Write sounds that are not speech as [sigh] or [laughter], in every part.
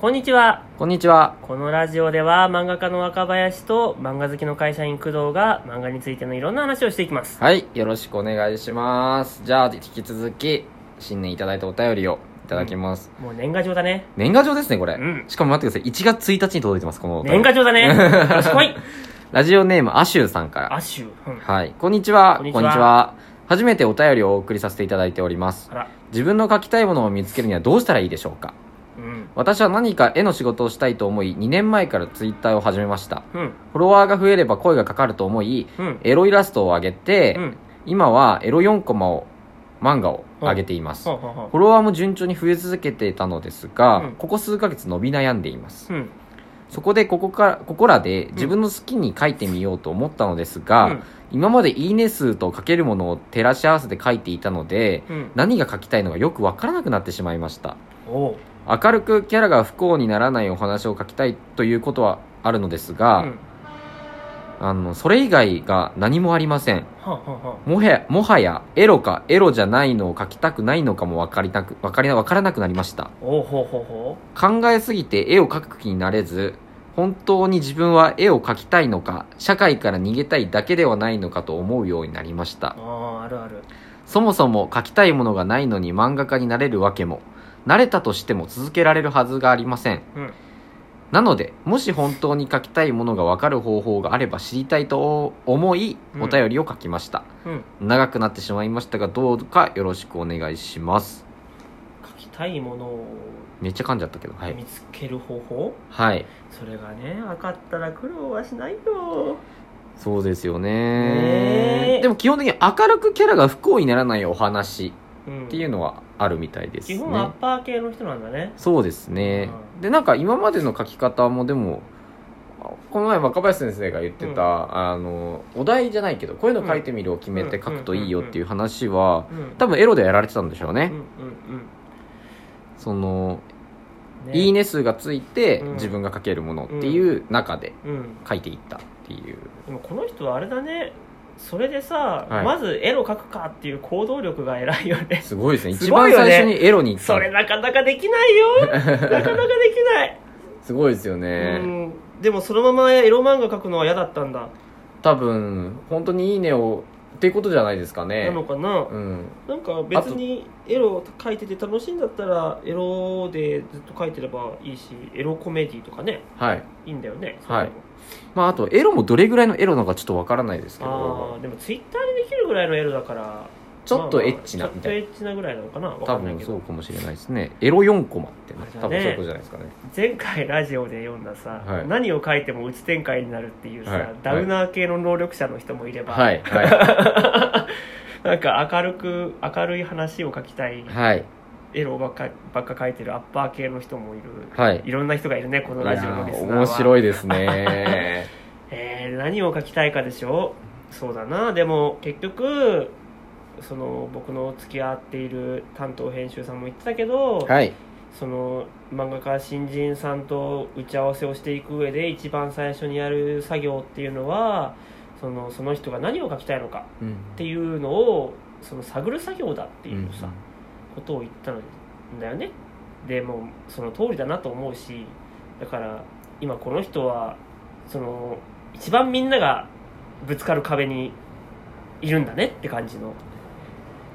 こんにちはこんにちは。このラジオでは漫画家の若林と漫画好きの会社員工藤が漫画についてのいろんな話をしていきますはい、よろしくお願いします。じゃあ、引き続き、新年いただいたお便りをいただきます。もう年賀状だね年賀状ですね、これ。うんしかも待ってください。1月1日に届いてます、このお便り年賀状だね [laughs] よし来いラジオネーム、アシューさんから。アッシュ、うん、あはい、こんにちは。こんにちはこんにちは。初めてお便りをお送りさせていただいております。ら自分の書きたいものを見つけるにはどうしたらいいでしょうかうん私は何か絵の仕事をしたいと思い、2年前からツイッターを始めました。うんフォロワーが増えれば声がかかると思い、うんエロイラストを上げて、うん今はエロ4コマを漫画を上げています、ほうほうほフォロワーも順調に増え続けていたのですが、うんここ数ヶ月伸び悩んでいます、ううんそこでここからここらで自分の好きに書いてみようと思ったのですが、うん今までいいね数と書けるものを照らし合わせて書いていたのでうん何が書きたいのかよくわからなくなってしまいましたおう明るくキャラが不幸にならないお話を書きたいということはあるのですが、うんあのそれ以外が何もありませんはあはあはもはや、もはや、エロかエロじゃないのを書きたくないのかもわかりなく、わかりな、わからなくなりました。あおうほうほうほ考えすぎて絵を描く気になれず、本当に自分は絵を描きたいのか、社会から逃げたいだけではないのかと思うようになりましうあた。ああるあるそもそも描きたいものがないのに漫画家になれるわけも、慣れたとしても続けられるはずがありません。うんなので、もし本当に描きたいものがわかる方法があれば知りたいと思い、お便りを書きました。うん長くなってしまいましたがどうかよろしくお願いします書きたいものをめっちゃ噛んじゃったけどはい見つける方法、はいそれがね分かったら苦労はしないよそうですよねねえでも基本的に明るくキャラが不幸にならないお話うんっていうのはあるみたいです基本アッねパー系の人なんだねそうですねうでなんか今までの書き方もでもあこの前若林先生が言ってた、うんあのお題じゃないけどこういうの書いてみるを決めて書くといいよっていう話はうん多分エロでやられてたんでしょうね、うんうんそのうんねいいね数がついて、うん自分が書けるものっていう中でうん書いていったっていう、でもこの人はあれだねそれでさ、はいまず絵を描くかっていう行動力が偉いよねすごいですねす一ご番いよね最初にエロに行っ [laughs] たそれなかなかできないよ [laughs] なかなかできない、すごいですよね、うんでもそのままエロ漫画描くのは嫌だったんだ、多分本当に「いいねを」っていうことじゃないですかねなのかな、うんなんか別にエロ描いてて楽しいんだったらエロでずっと描いてればいいしエロコメディとかねはいいいんだよねはいまああとエロもどれぐらいのエロなのかちょっとわからないですけあどあでもツイッターでできるぐらいのエロだからちょっとまあエまあッチなみたちょっいとエッチなぐらいなのかなわなか多んない分けそどうかもしれないですねエロ4コマってねあれだね多分そういうことじゃないですかね前回ラジオで読んださ、はい何を書いてもうち展開になるっていうさ、はいダウナー系の能力者の人もいれば、はいはなんか明るく明るい話を書きたいいはいエロばっかばっか書いてるアッパー系の人もいる、はいいろんな人がいるねこの [laughs] ラジオのリスナーは面白い、いです [laughs] ねえー何を書きたいかでしょそうだなでも結局その僕の付き合っている担当編集さんも言ってたけど、はいその漫画家新人さんと打ち合わせをしていく上で一番最初にやる作業っていうのはそのその人が何を書きたいのかうんっていうのをその探る作業だってういうんさ、ことを言ったんだよねでもうその通りだなと思うしだから今この人はその一番みんながぶつかる壁にいるんだねって感じの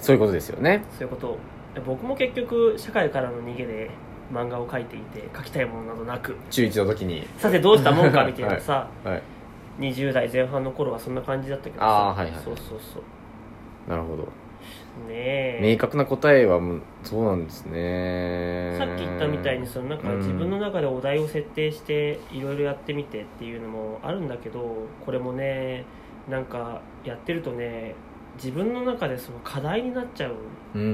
そういうことですよねそういうことで僕も結局社会からの逃げで漫画を描いていて描きたいものなどなく中1の時にさてどうしたもんかみたいなさ、 [laughs] はい20代前半の頃はそんな感じだったけどさあーはいはいそうそうそうなるほどね明え確な答えはもうそうなんですねさっき言ったみたいにそのなんかうん自分の中でお題を設定していろいろやってみてっていうのもあるんだけどこれもねなんかやってるとね自分の中でその課題になっちゃううんう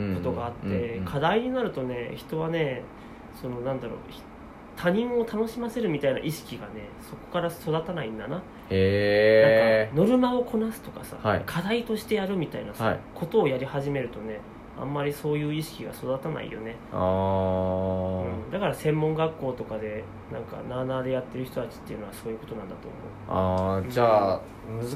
んうんことがあって、うんうん課題になるとね人はねそのなんだろうひ他人を楽しませるみたいな意識がねそこから育たないんだな,、へなんかノルマをこなすとかさ、はい課題としてやるみたいなさ、はいことをやり始めるとねあんまりそういう意識が育たないよね、ーあうんだから専門学校とかでなんかなあなあでやってる人たちっていうのはそういうことなんだと思ーあーじゃあ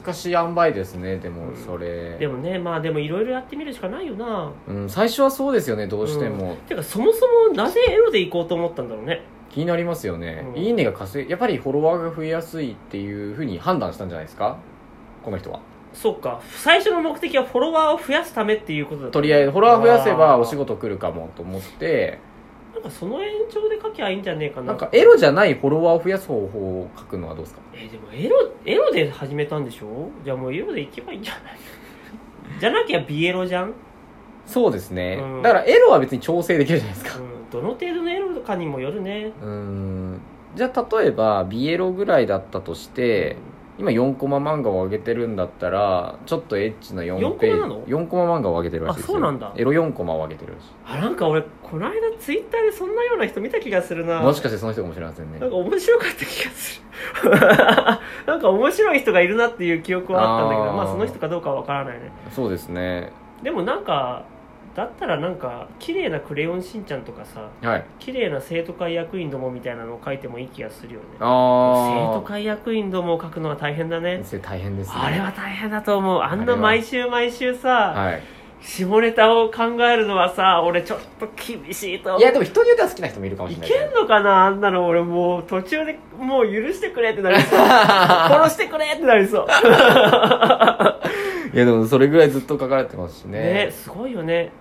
難しい塩梅ですねでもうんそれ、うでもねまあでもいろいろやってみるしかないよなうん、最初はそうですよねどうしても、てかそもそもなぜエロで行こうと思ったんだろうね気になりますよね、うんいいねが稼いやっぱりフォロワーが増えやすいっていうふうに判断したんじゃないですかこの人はそうか最初の目的はフォロワーを増やすためっていうことだったとりあえずフォロワー増やせばあーお仕事来るかもと思ってなんかその延長で書きゃいいんじゃねえかななんかエロじゃないフォロワーを増やす方法を書くのはどうですかえーでもエロエロで始めたんでしょじゃあもうエロでいけばいいんじゃない [laughs] じゃなきゃビエロじゃん、うん、そうですね、うんだからエロは別に調整できるじゃないですかどの程度のエロかにもよるねうーんじゃあ例えばビエロぐらいだったとして今4コマ漫画を上げてるんだったらちょっとエッチな4ページ4コマなの4コマ漫画を上げてるらしいですよあそうなんだエロ4コマを上げてるらしいあなんか俺この間ツイッターでそんなような人見た気がするなもしかしてその人かもしれませんねなんか面白かった気がする [laughs] なんか面白い人がいるなっていう記憶はあったんだけどあーまあその人かどうかはわからないねそうですねでもなんかだったらなんか綺麗な「クレヨンしんちゃん」とかさはい綺麗な生徒会役員どもみたいなのを書いてもいい気がするよねあ生徒あ会役員どもを書くのは大変だね大変ですねあれは大変だと思うあんなあれは毎週毎週さはい下ネタを考えるのはさ俺ちょっと厳しいと思いうやでも人によっては好きな人もいるかもいしれないけんのかなあんなの俺もう途中でもう許してくれってな [laughs] りそう殺してくれってなりそういやでもそれぐらいずっと書かれてますしねねすごいよね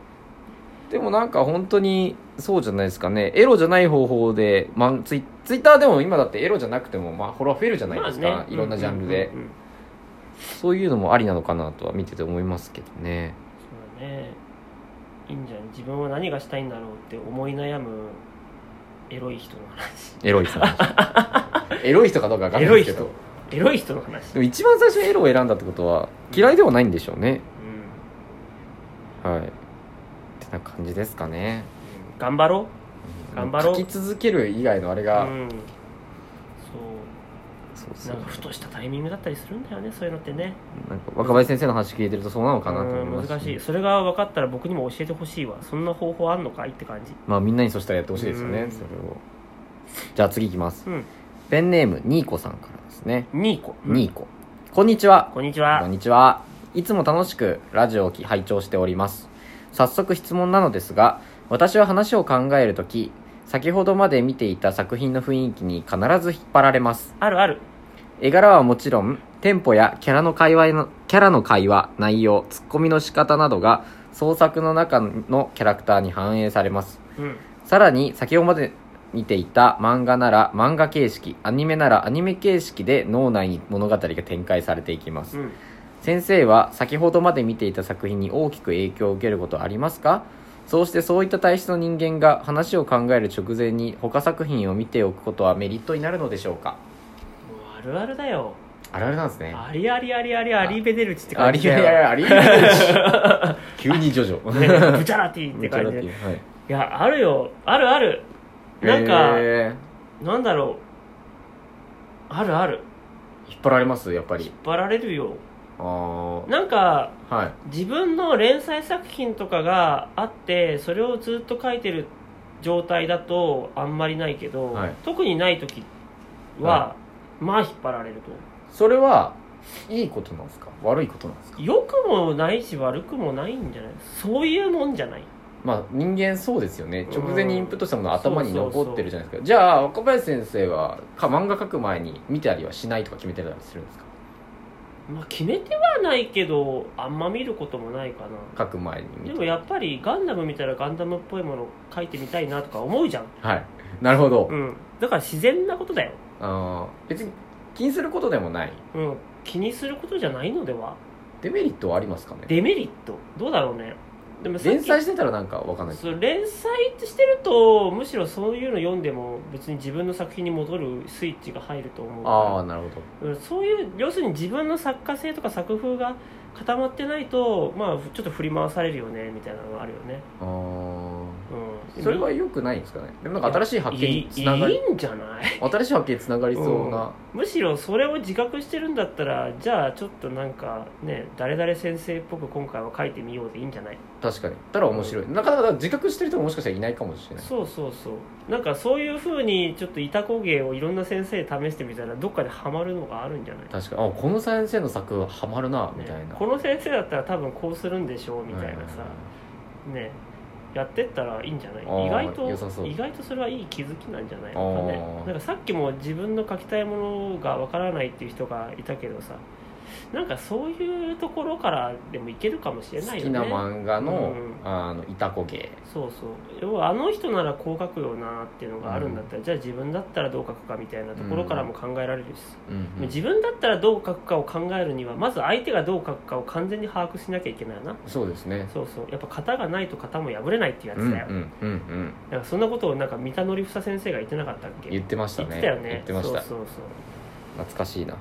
でもなんか本当にそうじゃないですかねエロじゃない方法で、まあ、ツイツイッターでも今だってエロじゃなくても、まあ、フォロワー増えるじゃないですか、まあねいろんなジャンルで、うんうんうんうんそういうのもありなのかなとは見てて思いますけどねそうだねいいんじゃない自分は何がしたいんだろうって思い悩むエロい人の話エロい人エロい人かどうかわかんエないロでいすけど人エロい人の話でも一番最初にエロを選んだってことは嫌いではないんでしょうねうんはいってな感じですかね頑張ろう頑張ろう書き続ける以外のあれが、うんそそううそなうんかふとしたタイミングだったりするんだよねそういうのってねなんか若林先生の話聞いてるとそうなのかなと思いまうんす難しいそれが分かったら僕にも教えてほしいわそんな方法あんのかいって感じまあみんなにそしたらやってほしいですよね、うんそれをじゃあ次いきますうんペンネームニーコさんからですね、ニーコニーコこんにちはこんにちこんはにちはいつも楽しくラジオをき拝聴しております早速質問なのですが私は話を考えるとき先ほどまで見ていた作品の雰囲気に必ず引っ張られますあるある絵柄はもちろんテンポやキャラの会話のキャラの会話内容ツッコミの仕方などが創作の中のキャラクターに反映されますうんさらに先ほどまで見ていた漫画なら漫画形式アニメならアニメ形式で脳内に物語が展開されていきます、うん先生は先ほどまで見ていた作品に大きく影響を受けることはありますかそうしてそういった体質の人間が話を考える直前に他作品を見ておくことはメリットになるのでしょうかもうあるあるだよあれあれなんですねありありありありありベデルチってあ感りじえだないよありえない [laughs] 急にジョジねョブチャラティって感じでいやあるよあるあるなんか、えなんだろうあるあるー引っ張られますやっぱ引っり張られるよああはなんかい自分の連載作品とかがあってそれをずっと書いてる状態だとあんまりないけど、はい特にない時は、まあ引っ張られるそれはいいことなんですか悪いことなんですかと良くもないし悪くもないんじゃないそういうもんじゃないまあ人間そうですよねうん直前にインプットしたものが頭にそうそうそう残ってるじゃないですかじゃあ若林先生はか漫画描く前に見たりはしないとか決めてたりするんですかまあ決めてはないけどあんま見ることもないかな描く前に見でてもやっぱりガンダム見たらガンダムっぽいもの書いてみたいなとか思うじゃん、はいなるほど、うん、だから自然なことだよ、あー別に気にすることでもないうん、気にすることじゃないのではデメリットはありますかねデメリットどうだろうねでもさっき連載してたらなんかわかんないですそう連載してるとむしろそういうの読んでも別に自分の作品に戻るスイッチが入ると思うからああなるほどうんそういう要するに自分の作家性とか作風が固まってないとまあちょっと振り回されるよねみたいなのがあるよね、あーうん、それは良くないんですかねでもなんか新しい発見いにいつながいりいんじゃない新しい発見につながりそうな、むしろそれを自覚してるんだったらじゃあちょっとなんかね誰々先生っぽく今回は書いてみようでいいんじゃない確かにたら面白い、なかなか自覚してる人ももしかしたらいないかもしれないそうそうそうなんかそういうふうにちょっと板工芸をいろんな先生試してみたらどっかでハマるのがあるんじゃない確かにあこの先生の作はハマるなみたねいな、この先生だったら多分こうするんでしょうみたいなはさははねやってったらいいんじゃないあー意外良さそとう意外とそれはいい気づきなんじゃないあーのかねなんかさっきも自分の書きたいものがわからないっていう人がいたけどさなんかそういうところからでもいけるかもしれな好いきよねな漫画のうあのいたこ芸そうそう要はあの人ならこう書くよなっていうのがあるんだったら、じゃあ自分だったらどう書くかみたいなところからも考えられるし、うんうん自分だったらどう書くかを考えるにはまず相手がどう書くかを完全に把握しなきゃいけないよなそうですねそうそうやっぱ型がないと型も破れないっていうやつだよ、うんうんうんうんなんかそんなことをなんか三田紀房先生が言ってなかったっけ言ってました言ねってたよね言ってましたそうそう懐かしいな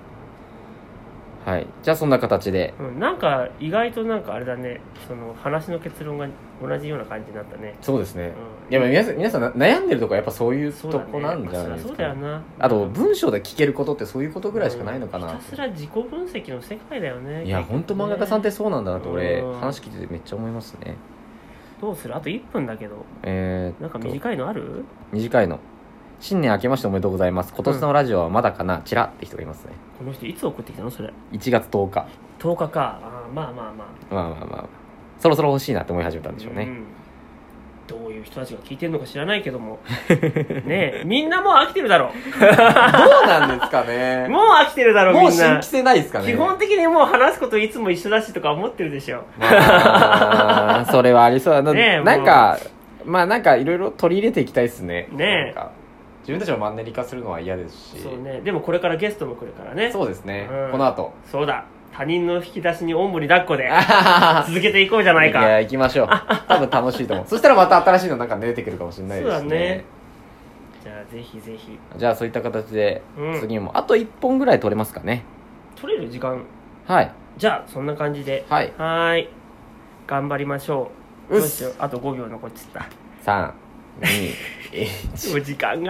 はいじゃあそんな形でそう、うん、なんか意外となんかあれだねその話の結論が同じような感じになったね、そうですね、うん、いや皆さん皆さんな悩んでるとこはやっぱそういうそとうだねこなんじゃないまあでそすりゃそうか、だよなあと文章で聞けることってそういうことぐらいしかないのかな、うんひたすら自己分析の世界だよねいや本当漫画家さんってねそうなんだなと俺うん話聞いててめっちゃ思いますねどうするあと1分だけどえー、なんか短いのある短いの新年明けましておめでとうございます今年のラジオはまだかな、チラって人がいますねこの人いつ送ってきたのそれ1月10日10日かあーまあまあまあまあまあまあそろそろ欲しいなって思い始めたんでしょうね、んどういう人たちが聞いてるのか知らないけども [laughs] ねえみんなもう飽きてるだろどうなんですか [laughs] ねもう飽きてるだろもうみん新な規性ないですかね基本的にもう話すこといつも一緒だしとか思ってるでしょまあそれはありそうだな、ねえなんかまあなんかいろいろ取り入れていきたいですねねえなんか自分たちもマンネリ化するのは嫌ですしそうねでもこれからゲストも来るからねそうそうですね、うんこ [laughs] の後だ他人の引き出しにおんぶに抱っこであははは続けていこうじゃないいやか行きましょう [laughs] 多分楽しいと思うそしたらまた新しいのなんか出てくるかもしれないですねそうだねじゃあぜひぜひじゃあそういった形で、うん次もあと1本ぐらい取れますかね取れる時間はいじゃあそんな感じではいはーい頑張りましょううっ [laughs] どしよあと5秒残っちゃった321もう時間が